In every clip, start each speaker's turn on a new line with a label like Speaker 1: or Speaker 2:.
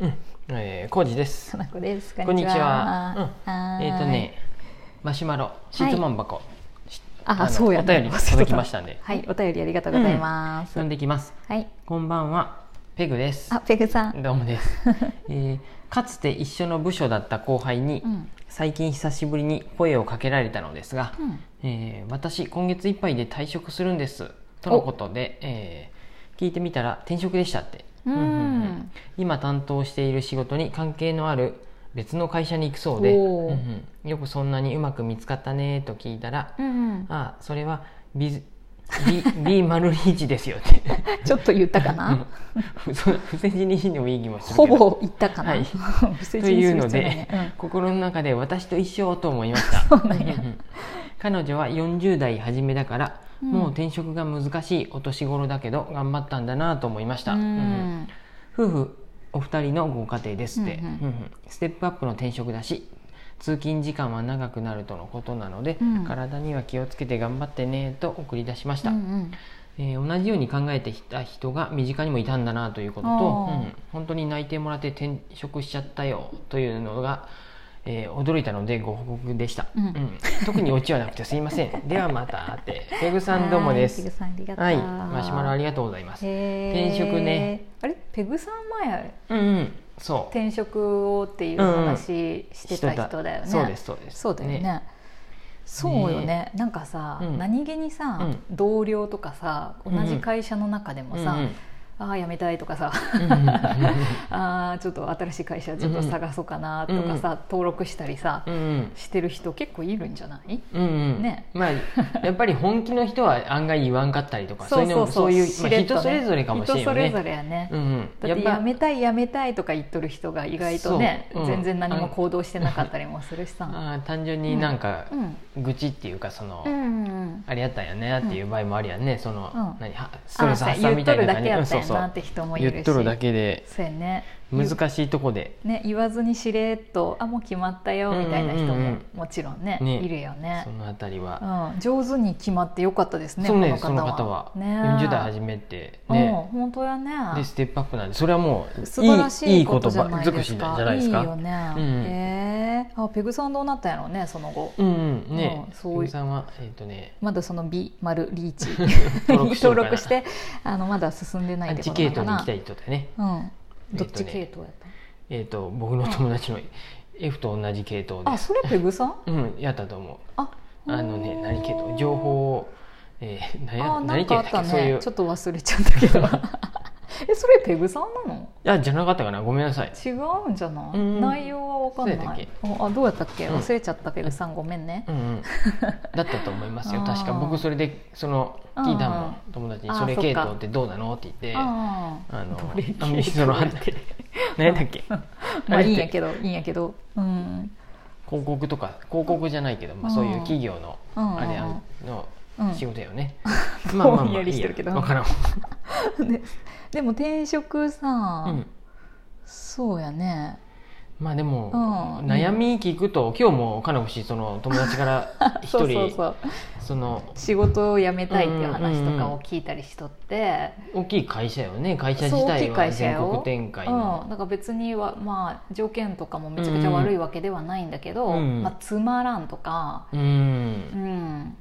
Speaker 1: うん、えー、コージです
Speaker 2: か。なこです。
Speaker 1: こんにちは。
Speaker 2: は
Speaker 1: うん、
Speaker 2: ーい
Speaker 1: えっ、とね、マシュマロ質問箱、
Speaker 2: あ、
Speaker 1: の
Speaker 2: そうや、ね。
Speaker 1: お便り届きましたんで
Speaker 2: はい、お便りありがとうございます。
Speaker 1: 呼んできます。
Speaker 2: はい。
Speaker 1: こんばんは、ペグです。
Speaker 2: あ、ペグさん。
Speaker 1: どうも です、えーかつて一緒の部署だった後輩に、
Speaker 2: うん。
Speaker 1: 最近久しぶりに声をかけられたのですが、えー私今月いっぱいで退職するんですとのことで、えー聞いてみたら転職でしたって、
Speaker 2: うん
Speaker 1: 今担当している仕事に関係のある別の会社に行くそうで、
Speaker 2: おー
Speaker 1: うんうんよくそんなにうまく見つかったねと聞いたら、
Speaker 2: うん。うん。
Speaker 1: ああそれはビズビビーマルリーチですよって
Speaker 2: ちょっと言ったかな。
Speaker 1: うんそ不正字にしんでもいい気もする
Speaker 2: ほ
Speaker 1: けど
Speaker 2: ぼ言ったかな。
Speaker 1: はい と
Speaker 2: 不正字に
Speaker 1: い
Speaker 2: す
Speaker 1: う
Speaker 2: る
Speaker 1: の
Speaker 2: 必
Speaker 1: で、
Speaker 2: 要ないね
Speaker 1: 心の中で私と一緒と思いました
Speaker 2: そうなんや
Speaker 1: うんうん 彼女は40代初めだから、
Speaker 2: うん
Speaker 1: もう転職が難しいお年頃だけど頑張ったんだなと思いました、う
Speaker 2: う
Speaker 1: んうん
Speaker 2: ん。
Speaker 1: 夫婦お二人のご家庭ですって、
Speaker 2: うんうん
Speaker 1: うんうんステップアップの転職だし通勤時間は長くなるとのことなので、
Speaker 2: うん
Speaker 1: 体には気をつけて頑張ってねと送り出しまし
Speaker 2: う
Speaker 1: た、
Speaker 2: ん
Speaker 1: えー同じように考えてきた人が身近にもいたんだなということと、
Speaker 2: おー
Speaker 1: うん本当に内定もらって転職しちゃったよというのが、えー驚いたのでご報告でした、
Speaker 2: うん
Speaker 1: 特にオチはなくてすいませ んではまたってペグ
Speaker 2: う
Speaker 1: さ
Speaker 2: ん。
Speaker 1: んどうもで
Speaker 2: はいペ
Speaker 1: す
Speaker 2: グさん、ありがとう。
Speaker 1: はいマシュマロありがとうございます
Speaker 2: 転
Speaker 1: 転職ね。
Speaker 2: あれ、ペグさん前、
Speaker 1: うんうんそう
Speaker 2: 転職をっていう話してた人だよね。
Speaker 1: そうですそうです
Speaker 2: そうだよねそうよねなんかさ、
Speaker 1: うん
Speaker 2: 何気にさ、
Speaker 1: う
Speaker 2: 同僚とかさ同じ会社の中でもさ、
Speaker 1: うんうん
Speaker 2: ああ辞めたいとかさ、
Speaker 1: んうん
Speaker 2: ああちょっと新しい会社ちょっと探そうかなとかさ、登録したりさ、
Speaker 1: うんうん
Speaker 2: してる人結構いるんじゃない
Speaker 1: うんうん
Speaker 2: ね
Speaker 1: まあやっぱり本気の人は案外言わんかったりとかそういうのもそういう、まあ、
Speaker 2: しれっと
Speaker 1: 人
Speaker 2: ね
Speaker 1: それぞれかもしれない
Speaker 2: 人
Speaker 1: よ
Speaker 2: そ
Speaker 1: ね
Speaker 2: れぞれやね、
Speaker 1: うんうん、
Speaker 2: だって
Speaker 1: やっ
Speaker 2: や
Speaker 1: ぱ
Speaker 2: めたいやめたいとか言っとる人が意外とね、
Speaker 1: そううん
Speaker 2: 全然何も行動してなかったりもするしさ、
Speaker 1: あー単純になんか
Speaker 2: うん
Speaker 1: 愚痴っていうかその、
Speaker 2: うんうんうん、
Speaker 1: あれやったんやねっていう場合もあるやんねその、
Speaker 2: うん
Speaker 1: 何はス
Speaker 2: あ
Speaker 1: トレ
Speaker 2: あ
Speaker 1: ス
Speaker 2: そう
Speaker 1: 発散
Speaker 2: 言
Speaker 1: み
Speaker 2: ったと
Speaker 1: い
Speaker 2: る
Speaker 1: な
Speaker 2: だ
Speaker 1: 感
Speaker 2: け
Speaker 1: じ
Speaker 2: や
Speaker 1: うん
Speaker 2: った
Speaker 1: そう
Speaker 2: や
Speaker 1: そ
Speaker 2: な
Speaker 1: う
Speaker 2: って人もいるし
Speaker 1: 言っとるだけで
Speaker 2: そうやね
Speaker 1: 難しいとこで、
Speaker 2: ね、言わずにしれっと「あもう決まったよ」みたいな人
Speaker 1: うんうんうん
Speaker 2: も
Speaker 1: うん
Speaker 2: もちろんね,、
Speaker 1: ね
Speaker 2: いるよね
Speaker 1: そ、のあたり
Speaker 2: う
Speaker 1: は、
Speaker 2: ん、上手に決まってよかったですね
Speaker 1: そうね
Speaker 2: こ
Speaker 1: その
Speaker 2: の
Speaker 1: 方
Speaker 2: 方
Speaker 1: は
Speaker 2: は、
Speaker 1: 40代初めて
Speaker 2: うん
Speaker 1: ね、
Speaker 2: 本当やね
Speaker 1: でステップアップなんでそれはもう
Speaker 2: 素晴らし
Speaker 1: い
Speaker 2: い
Speaker 1: い
Speaker 2: こ
Speaker 1: ことと
Speaker 2: じゃない
Speaker 1: ば
Speaker 2: です
Speaker 1: 尽
Speaker 2: か
Speaker 1: くしなんじゃないです
Speaker 2: いよ
Speaker 1: か。
Speaker 2: ね、
Speaker 1: うん
Speaker 2: へえあペグさんどうなったんやろうねその後
Speaker 1: うんうんね
Speaker 2: うん
Speaker 1: そ
Speaker 2: そういう
Speaker 1: さんはえっ、とね
Speaker 2: まだその B 丸リーチ
Speaker 1: 登録してる
Speaker 2: 登
Speaker 1: から
Speaker 2: 録してあのまだ進んでな
Speaker 1: ア
Speaker 2: いっ
Speaker 1: ン
Speaker 2: て
Speaker 1: チ
Speaker 2: こと
Speaker 1: 系
Speaker 2: なの
Speaker 1: 統
Speaker 2: か
Speaker 1: に行
Speaker 2: な
Speaker 1: きたい人だよね。
Speaker 2: うん、
Speaker 1: えっと
Speaker 2: どっ
Speaker 1: ね
Speaker 2: ち系統やった、
Speaker 1: えっ、と僕の友達の F と同じ系統で
Speaker 2: あそれペグさん
Speaker 1: うん、やったと思う。
Speaker 2: あ
Speaker 1: あのね、何系統、情報を、えー、何
Speaker 2: あ
Speaker 1: や
Speaker 2: ーな
Speaker 1: 何
Speaker 2: ん
Speaker 1: 系だ
Speaker 2: かあ
Speaker 1: っ
Speaker 2: っ
Speaker 1: け、
Speaker 2: た
Speaker 1: そうい
Speaker 2: ね
Speaker 1: う
Speaker 2: ち。ょっと忘れちゃった けどえそれペグさんなの
Speaker 1: いや、じゃなかったかな、ごめんなさい。
Speaker 2: 違うんじゃない、
Speaker 1: うん
Speaker 2: 内容は分かん
Speaker 1: そうや
Speaker 2: な
Speaker 1: ったっ
Speaker 2: いおあどうやったっけ
Speaker 1: うん
Speaker 2: 忘れちゃったペグさんごめんね
Speaker 1: うん うん、だったと思いますよ
Speaker 2: あー
Speaker 1: 確か僕それでその
Speaker 2: うん
Speaker 1: 聞いたの友達に「
Speaker 2: あー
Speaker 1: それ
Speaker 2: そっ
Speaker 1: 系
Speaker 2: か
Speaker 1: 統ってどうなの?」って言ってあ
Speaker 2: あ
Speaker 1: の
Speaker 2: どれ系
Speaker 1: あのその 何だっけ
Speaker 2: あまあいいんやけどいいんやけどうん
Speaker 1: 広告とか広告じゃないけど、まあ、そういう企業の
Speaker 2: うんうんうん
Speaker 1: あれの
Speaker 2: うん
Speaker 1: 仕事よね、
Speaker 2: うんぼんやりしてるけど
Speaker 1: いいやわからん、
Speaker 2: ででも転職さ、
Speaker 1: うん、
Speaker 2: そうやね
Speaker 1: まあでも、
Speaker 2: うん
Speaker 1: 悩み聞くと今日もかなこしその友達から 一人
Speaker 2: そうそうそう
Speaker 1: その
Speaker 2: 仕事を辞めたいっていう話とかを聞いたりしとって、
Speaker 1: 大きい会社よね会社
Speaker 2: そう
Speaker 1: 自
Speaker 2: 大き
Speaker 1: 体
Speaker 2: い
Speaker 1: は
Speaker 2: 会社
Speaker 1: 全
Speaker 2: よ
Speaker 1: 国展開
Speaker 2: う
Speaker 1: の
Speaker 2: ん、だから別には、まあ、条件とかもめちゃくちゃ悪いわけではないんだけど、
Speaker 1: うん
Speaker 2: まあ、つまらんとか、
Speaker 1: うん、
Speaker 2: うん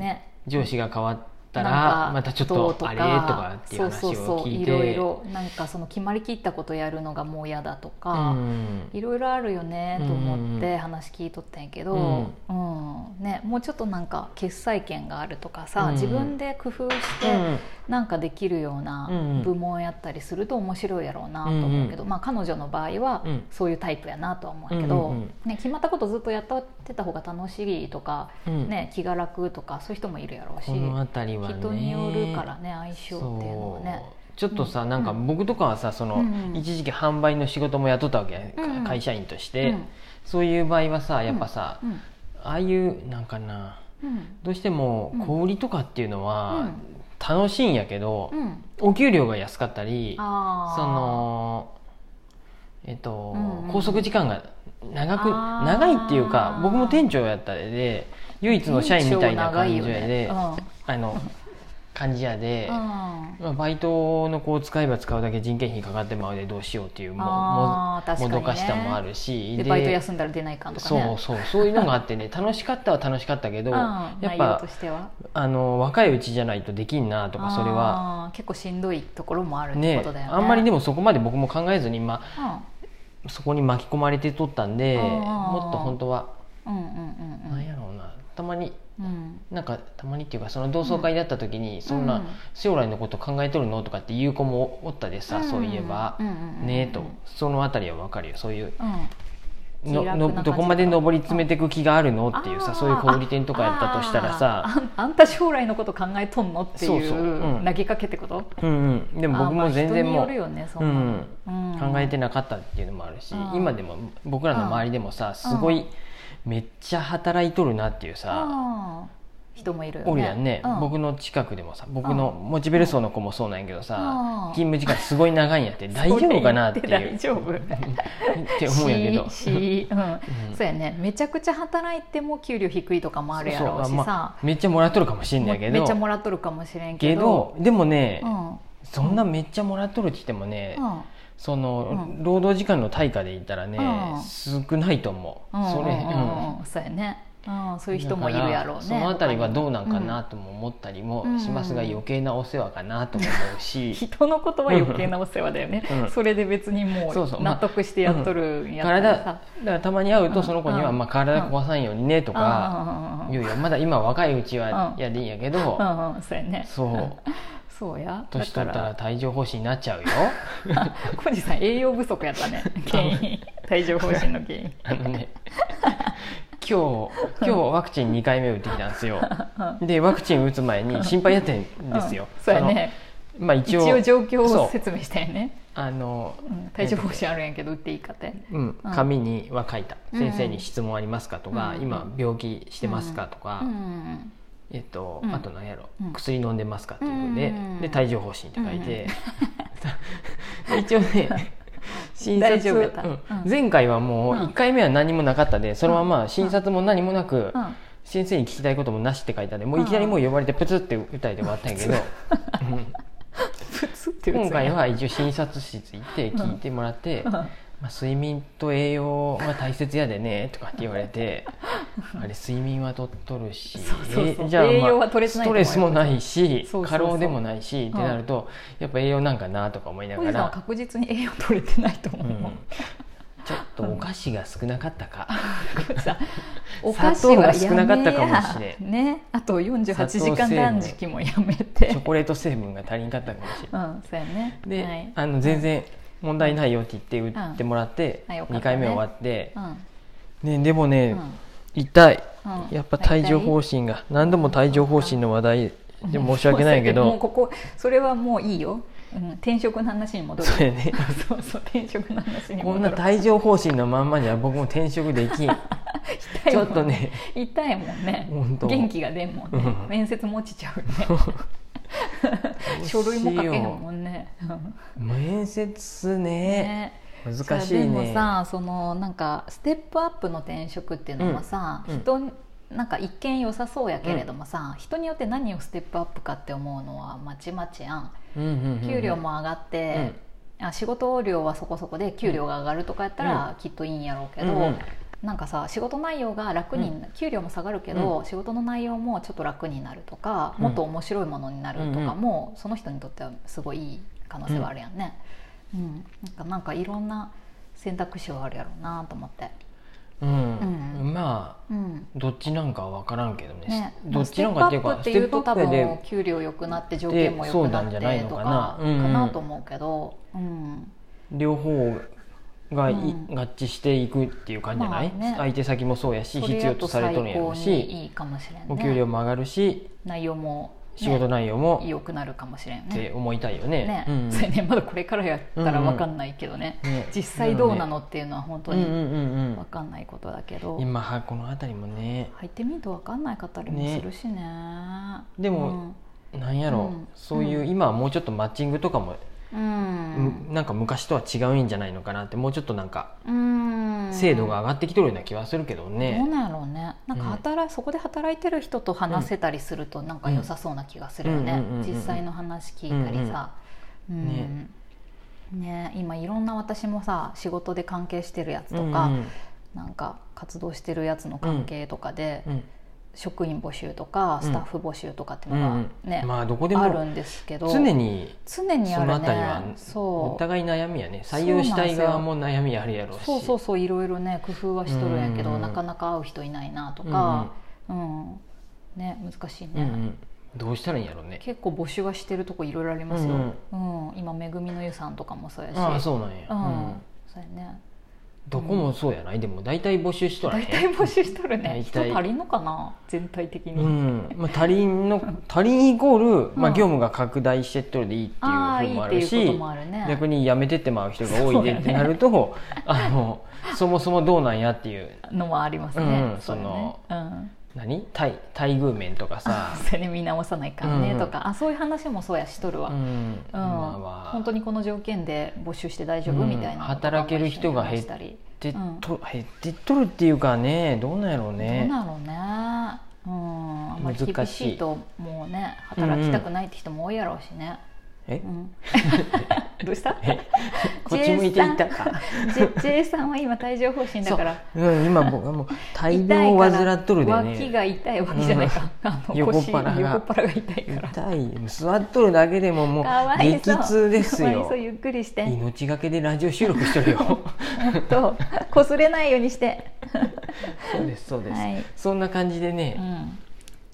Speaker 2: ね、
Speaker 1: 上司が変わった
Speaker 2: なん
Speaker 1: ら
Speaker 2: か
Speaker 1: またちょっ
Speaker 2: ど
Speaker 1: と
Speaker 2: う
Speaker 1: あれとかっていう話
Speaker 2: そうそう
Speaker 1: を
Speaker 2: そう
Speaker 1: 聞い
Speaker 2: い
Speaker 1: て
Speaker 2: ろいろなんかその決まりきったことやるのがもう嫌だとか、
Speaker 1: うん
Speaker 2: いろいろあるよねと思っ
Speaker 1: うんう
Speaker 2: て話聞いとったんやけど、
Speaker 1: う
Speaker 2: うんね、もうちょっとなんか決済権があるとかさ、
Speaker 1: うん
Speaker 2: 自分で工夫して。なんかできるような
Speaker 1: うん
Speaker 2: 部門やったりすると面白いやろうなと思うけど、まあ、彼女の場合は
Speaker 1: うん
Speaker 2: そういうタイプやなとは思うけど、
Speaker 1: うんうん
Speaker 2: ね、決まったことずっとやってた方が楽しいとか、
Speaker 1: うんうん
Speaker 2: ね、気が楽とかそういう人もいるやろうし
Speaker 1: この辺りはね
Speaker 2: 人によるからね相性っていうのはね。
Speaker 1: そうちょっとさなんか僕とかはさその、
Speaker 2: うん
Speaker 1: 一時期販売の仕事も雇ったわけやん、
Speaker 2: うん
Speaker 1: 会社員とし
Speaker 2: う
Speaker 1: て、
Speaker 2: ん
Speaker 1: そういう場合はさやっぱさ、
Speaker 2: うん
Speaker 1: ああいうなんかな
Speaker 2: うん
Speaker 1: どうしても
Speaker 2: うん
Speaker 1: 小売りとかっていうの
Speaker 2: う
Speaker 1: は
Speaker 2: ん
Speaker 1: 楽しいんやけど、
Speaker 2: うん
Speaker 1: お給料が安かったり
Speaker 2: あー
Speaker 1: そのえっと、
Speaker 2: うんうん
Speaker 1: 拘束時間が長く
Speaker 2: あー
Speaker 1: 長いっていうか僕も店長やったで唯一の社員みたいな感じ
Speaker 2: 長いよ
Speaker 1: で、
Speaker 2: ねうん
Speaker 1: あの感じやで、
Speaker 2: あ
Speaker 1: まあ、バイトの子を使えば使うだけ人件費かかってまうでどうしようっていうも
Speaker 2: あー
Speaker 1: もも
Speaker 2: 確かにね
Speaker 1: どかしさもあるし
Speaker 2: で
Speaker 1: で
Speaker 2: バイト休んだら出ないかんとか
Speaker 1: そ
Speaker 2: ね
Speaker 1: うそうそういうのがあってね 楽しかったは楽しかったけど
Speaker 2: うん
Speaker 1: やっ
Speaker 2: 内容
Speaker 1: ぱ
Speaker 2: としては
Speaker 1: あの若いうちじゃないとできんなとかそれは
Speaker 2: あー結構しんどいところもあるって
Speaker 1: ね
Speaker 2: ことだよね
Speaker 1: あんまりで
Speaker 2: も、
Speaker 1: もそこまで僕も考えずに、まあ、そこに巻き込まれてとったんで
Speaker 2: あー
Speaker 1: もっと本当は
Speaker 2: うん、うんうんうん
Speaker 1: なんやろうなたまに
Speaker 2: うんうん
Speaker 1: なんかたまにっていうかその同窓会だった時に、そん
Speaker 2: う
Speaker 1: なん将来のこと考えとるのとかって言う子もおったでさ、そういえば、
Speaker 2: うんうんうんうん
Speaker 1: ねえとそのあたりは分かるよそういう
Speaker 2: うん
Speaker 1: の
Speaker 2: 気楽な感
Speaker 1: の
Speaker 2: じ
Speaker 1: どこまで上り詰めていく気があるのっていう
Speaker 2: あ
Speaker 1: さ
Speaker 2: ー
Speaker 1: そういう小売店とかやったとしたら
Speaker 2: あ
Speaker 1: さ
Speaker 2: ーああんた将来のこと考えとんのって
Speaker 1: そう
Speaker 2: い
Speaker 1: そうう
Speaker 2: うん投げかけってこと
Speaker 1: うんうんでも僕
Speaker 2: あーま
Speaker 1: も
Speaker 2: あ
Speaker 1: 全然もう、
Speaker 2: 人によるよねそ
Speaker 1: うんん
Speaker 2: なのうん
Speaker 1: 考えてなかったっていうのもあるし、
Speaker 2: うん
Speaker 1: 今でも僕らの周りでもさすごい、めっちゃ働いとるなっていうさ、
Speaker 2: あー人もいるよね
Speaker 1: おるやんね、
Speaker 2: うん
Speaker 1: 僕の近くでもさ僕のモチベル層の子もそうなんやけど
Speaker 2: う
Speaker 1: さ
Speaker 2: ん
Speaker 1: 勤務時間すごい長いんやって大丈夫かなっていう
Speaker 2: それ言って 大丈夫
Speaker 1: って思うんやけど。
Speaker 2: ししうんそうやねめちゃくちゃ働いても給料低いとかもあるやろうし
Speaker 1: そ
Speaker 2: さ
Speaker 1: そまあめっちゃもらっとるかもしれんだけ
Speaker 2: め
Speaker 1: ど
Speaker 2: っちゃもらっとるかもしれんけ
Speaker 1: け
Speaker 2: ど
Speaker 1: どでもね、
Speaker 2: うんうん
Speaker 1: そんなめっちゃもらっとるって言ってもね、その、
Speaker 2: う
Speaker 1: 労働時間の対価で言ったらね、
Speaker 2: うん
Speaker 1: 少ないと思う、
Speaker 2: うん
Speaker 1: それ、
Speaker 2: うんうんそうやねうんそういう人もいるやろう
Speaker 1: だか
Speaker 2: ね
Speaker 1: らそのあたりはどうなんか
Speaker 2: うん
Speaker 1: なとも思ったりもします
Speaker 2: う
Speaker 1: が
Speaker 2: んうん
Speaker 1: 余計なお世話かなとも思う し、
Speaker 2: 人のことは余計なお世話だよね、
Speaker 1: うん
Speaker 2: それで別にも
Speaker 1: そうそう
Speaker 2: う
Speaker 1: まあ
Speaker 2: 納得してやっとるんやった
Speaker 1: 体
Speaker 2: ら
Speaker 1: だ
Speaker 2: さ
Speaker 1: か、らたまに会う
Speaker 2: う
Speaker 1: と
Speaker 2: ん
Speaker 1: その子には「
Speaker 2: うん
Speaker 1: まあ、体壊さんようにね」とか
Speaker 2: あ
Speaker 1: 「いやいやまだ今若いうちは
Speaker 2: うん
Speaker 1: やでいいんやけど、
Speaker 2: うんうんそうやね
Speaker 1: そう
Speaker 2: そうや
Speaker 1: 年取ったら
Speaker 2: だか
Speaker 1: 帯状疱疹になっちゃうよ」
Speaker 2: ら小路さん栄養不足やったね原因帯状疱疹の原因
Speaker 1: あの ね今日今日ワクチン2回目打ってきたんですよでワクチン打つ前に心配やってんですよ、
Speaker 2: うんそうやね
Speaker 1: そのまあ一
Speaker 2: 一
Speaker 1: 応
Speaker 2: 応状況を
Speaker 1: そう
Speaker 2: 説明したよね、
Speaker 1: あの、
Speaker 2: うん、帯状疱疹あるんやけど打っていいかって
Speaker 1: うん、
Speaker 2: うん
Speaker 1: 紙には書いた、
Speaker 2: うん
Speaker 1: 先生に質問ありますかとか、
Speaker 2: うん
Speaker 1: 今病気してますかとか、
Speaker 2: うん
Speaker 1: えっと、
Speaker 2: うん
Speaker 1: あと何やろ、
Speaker 2: うん
Speaker 1: 薬飲んでますかっていうので、
Speaker 2: うん
Speaker 1: で帯状疱疹って書いて、 一応ね診
Speaker 2: 大丈夫
Speaker 1: 察、
Speaker 2: やった
Speaker 1: うん
Speaker 2: うん
Speaker 1: 前回はもう
Speaker 2: うん
Speaker 1: 1回目は何もなかったでそのまま診察も何もなく、
Speaker 2: うん
Speaker 1: 先生に聞きたいこともなしって書いたんでもういきなりもう呼ばれてプツって歌いで終わったんやけど、
Speaker 2: 普通って
Speaker 1: う
Speaker 2: 打
Speaker 1: ん
Speaker 2: つんや
Speaker 1: 今回は一応診察室行って聞いてもらって「
Speaker 2: うん
Speaker 1: まあ、睡眠と栄養は大切やでね」とかって言われ て「あれ睡眠はとっとるし
Speaker 2: そうそうそう
Speaker 1: えじゃあ,、
Speaker 2: 栄
Speaker 1: ま
Speaker 2: 養は
Speaker 1: あ、
Speaker 2: 取れて
Speaker 1: ス
Speaker 2: ない
Speaker 1: ト
Speaker 2: と思うよ
Speaker 1: レスもないし
Speaker 2: そうそうそ
Speaker 1: 過
Speaker 2: う
Speaker 1: 労でもないし」ってなると、やっぱ栄養なんかなとか思いな
Speaker 2: 小
Speaker 1: が
Speaker 2: 路さんは
Speaker 1: ら、
Speaker 2: 確実に栄養取れてないと
Speaker 1: う
Speaker 2: 思う、
Speaker 1: ん、ちょっとお菓子が少なかった か。
Speaker 2: さお
Speaker 1: 砂
Speaker 2: 菓
Speaker 1: 糖
Speaker 2: 子
Speaker 1: が
Speaker 2: は
Speaker 1: 少
Speaker 2: や
Speaker 1: な
Speaker 2: め
Speaker 1: かったかも
Speaker 2: や
Speaker 1: しれ
Speaker 2: ねあと48時
Speaker 1: 砂糖成
Speaker 2: 間
Speaker 1: 分
Speaker 2: 断食もやめて
Speaker 1: チョコレート成分が足りんかったかもしれない
Speaker 2: うんそうやね
Speaker 1: で、
Speaker 2: はい
Speaker 1: あの全然問題ないよって言って打ってもらって、
Speaker 2: うんあよかったね
Speaker 1: 2回目終わって
Speaker 2: う、ん
Speaker 1: ね、でもね、
Speaker 2: うん
Speaker 1: 痛い
Speaker 2: うん
Speaker 1: やっぱ帯状疱疹が何度も帯状疱疹の話題で申し訳ないけ
Speaker 2: もう
Speaker 1: ど
Speaker 2: ここそれはもういいよ、うん、転職の話に戻る
Speaker 1: そうやね
Speaker 2: そうそう転職の話に
Speaker 1: こ
Speaker 2: 戻
Speaker 1: ん
Speaker 2: る
Speaker 1: な帯状疱疹のまんまじゃ僕も転職できん
Speaker 2: 痛い
Speaker 1: ち
Speaker 2: も
Speaker 1: ょ
Speaker 2: ん
Speaker 1: っとね
Speaker 2: 痛いもんね
Speaker 1: ほんと
Speaker 2: 元気が出んもんね、
Speaker 1: うん
Speaker 2: 面接も落ちちゃうね 書類も書けへんもんねうん
Speaker 1: 面接ね
Speaker 2: ね
Speaker 1: 難しい
Speaker 2: でも
Speaker 1: ね
Speaker 2: さそのなんかステップアップの転職っていうのはさ、
Speaker 1: うんうん
Speaker 2: 人になんか一見良さそうやけれどもさ、人によって何をステップアップかって思うのはまちまちやん
Speaker 1: うんうんうんうん
Speaker 2: 給料も上がって、あ仕事量はそこそこで給料が上がるとかやったらきっといいんやろうけど、
Speaker 1: うんうん
Speaker 2: なんかさ仕事内容が楽に、
Speaker 1: うん
Speaker 2: 給料も下がるけど、仕事の内容もちょっと楽になるとか、
Speaker 1: うん
Speaker 2: もっと面白いものになるとかも、その人にとってはすごいいい可能性はあるやんね、うんなんかなんかいろんな選択肢はあるやろうなと思って、
Speaker 1: うん
Speaker 2: う
Speaker 1: まあ
Speaker 2: うん
Speaker 1: どっちなんかは分からんけどね
Speaker 2: ね、
Speaker 1: どっちなんかっていう
Speaker 2: ま
Speaker 1: か
Speaker 2: あステップアップっていうと
Speaker 1: ステッ
Speaker 2: 多
Speaker 1: プアッ
Speaker 2: 分
Speaker 1: プ
Speaker 2: 給料良くなって条件も良くなってとか
Speaker 1: でそうな
Speaker 2: か
Speaker 1: んじゃないのかなうんうん
Speaker 2: なと思うけど、うん
Speaker 1: で両方がい
Speaker 2: うん
Speaker 1: 合致していくっていう感じじゃない、
Speaker 2: まあね
Speaker 1: 相手先もそうやし
Speaker 2: それ
Speaker 1: 必要
Speaker 2: や
Speaker 1: と
Speaker 2: と
Speaker 1: され
Speaker 2: 最
Speaker 1: とるんやろ
Speaker 2: 高
Speaker 1: う
Speaker 2: にい
Speaker 1: し
Speaker 2: いかもしれんね
Speaker 1: お給料も上がるし
Speaker 2: 内容も、ね、
Speaker 1: 仕事内容も
Speaker 2: 良くなるかもしれん
Speaker 1: っ
Speaker 2: ね
Speaker 1: て思いたいよね。
Speaker 2: ね、
Speaker 1: うん
Speaker 2: それねまだこれからやったら分かんないけどね,、
Speaker 1: うんうんね
Speaker 2: 実際どうなのっていうのは本当
Speaker 1: うん
Speaker 2: に
Speaker 1: うんうん
Speaker 2: 分かんないことだけど、
Speaker 1: うん、今はこの辺りもね
Speaker 2: 入ってみると分かんない方もするしね
Speaker 1: でも
Speaker 2: うん
Speaker 1: なんやろ、
Speaker 2: うん
Speaker 1: そういうう今はもうちょっとマッチングとかも
Speaker 2: うん
Speaker 1: なんか昔とは違うんじゃないのかなってもうちょっとなんか
Speaker 2: うん
Speaker 1: 精度が上がってきとるような気はするけど
Speaker 2: どう
Speaker 1: ね。
Speaker 2: なんやろうねなんか働い、そこで働いてる人と話せたりするとなんか良さそうな気がするよね、
Speaker 1: うんうんうんうんうん
Speaker 2: 実際の話聞いたりさ、うん
Speaker 1: ね
Speaker 2: ね今いろんな私もさ仕事で関係してるやつとか、
Speaker 1: うん
Speaker 2: なんか活動してるやつの関係とかで、
Speaker 1: うん
Speaker 2: 職員募集とかスタッフ募集とかっていう
Speaker 1: う
Speaker 2: のが
Speaker 1: ん
Speaker 2: ね、
Speaker 1: まあどこで
Speaker 2: ある
Speaker 1: も
Speaker 2: んですけど
Speaker 1: 常に
Speaker 2: 常にあ
Speaker 1: その
Speaker 2: る
Speaker 1: あたりは
Speaker 2: ね
Speaker 1: お
Speaker 2: そう
Speaker 1: 互い悩みやね採用したい側も悩みあるやろうし
Speaker 2: そうそうそういろいろね工夫はしとるんやけど、
Speaker 1: うん
Speaker 2: なかなか会う人いないなとか、うんね難しいね、
Speaker 1: うんうんうんうんどうしたらいいんやろうね
Speaker 2: 結構募集はしてるとこいろいろありますよ、
Speaker 1: う
Speaker 2: うんん今「めぐみの湯さん」とかもそうやし
Speaker 1: ああそうなんや、
Speaker 2: うん
Speaker 1: うん
Speaker 2: そうやね
Speaker 1: どこもそうやないでも大体募集しとらへ
Speaker 2: 大
Speaker 1: ん
Speaker 2: 体募集しとる
Speaker 1: 大
Speaker 2: ね人
Speaker 1: 体
Speaker 2: 足りんのかな全体的に、
Speaker 1: うんまあ、他人の他人イコール、まあ、
Speaker 2: うん
Speaker 1: 業務が拡大してっとるでいいっていうふう
Speaker 2: ああい
Speaker 1: もあ
Speaker 2: い
Speaker 1: る
Speaker 2: っていう
Speaker 1: し
Speaker 2: こともあるね
Speaker 1: 逆に辞めてってまう人が多いでってなると、あのそもそもどうなんやっていう
Speaker 2: のもありますね、
Speaker 1: うん
Speaker 2: うやねうん
Speaker 1: 何待待遇面とかさ
Speaker 2: あ、 そうやね見直さないからね、
Speaker 1: うん
Speaker 2: とかあそういう話もそうやしとるわ、
Speaker 1: う
Speaker 2: うんん
Speaker 1: 今は
Speaker 2: 本当にこの条件で募集して大丈夫、
Speaker 1: うん
Speaker 2: みたいな
Speaker 1: 働ける人が減っ
Speaker 2: ったり
Speaker 1: で
Speaker 2: うん
Speaker 1: と減ってっとるっていうかねどうなんやろう
Speaker 2: どう
Speaker 1: ね
Speaker 2: なのねうん、あんまり厳
Speaker 1: 難しい
Speaker 2: しいともうね働きたくないって人も多いやろうしね、
Speaker 1: え
Speaker 2: うん どうした
Speaker 1: え こっち向いていったか
Speaker 2: J, J さんは今帯状疱疹 だから
Speaker 1: そう、うん、今僕 はもう大
Speaker 2: 痛
Speaker 1: 病
Speaker 2: い
Speaker 1: を
Speaker 2: か
Speaker 1: 患
Speaker 2: ら
Speaker 1: っとるでね
Speaker 2: 脇が痛いわけじゃないか、あの
Speaker 1: 横っ
Speaker 2: 腰横っ
Speaker 1: 腹が
Speaker 2: 腹が痛いから
Speaker 1: 痛い座っとるだけでももう
Speaker 2: かわい
Speaker 1: 激
Speaker 2: そ
Speaker 1: 痛
Speaker 2: う
Speaker 1: です
Speaker 2: かわい
Speaker 1: よ
Speaker 2: そうゆっくりして
Speaker 1: 命がけでラジオ収録してる よ
Speaker 2: もっと擦れないようにして
Speaker 1: そうですそうです、
Speaker 2: はい
Speaker 1: そんな感じで
Speaker 2: う
Speaker 1: ね、
Speaker 2: ん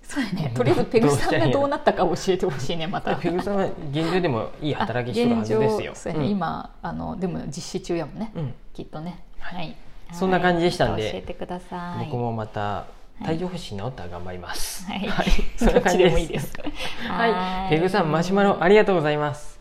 Speaker 2: そうやねとりあえずペグさんがどうなったか教えてほしいねま た
Speaker 1: ペグさんは現状でもいい働きしてるはずですよ
Speaker 2: あ現状そうやね
Speaker 1: うん
Speaker 2: 今あのでも実施中やもんね、
Speaker 1: うん
Speaker 2: きっとねはい
Speaker 1: そんな感じでしたんで
Speaker 2: はい教えてください
Speaker 1: 僕もまた
Speaker 2: い
Speaker 1: 体調不振治ったら頑張ります
Speaker 2: はい、
Speaker 1: そんな
Speaker 2: どっ
Speaker 1: 感
Speaker 2: ち
Speaker 1: じで
Speaker 2: で
Speaker 1: す
Speaker 2: もいいです
Speaker 1: はいペグさんマシュマロありがとうございます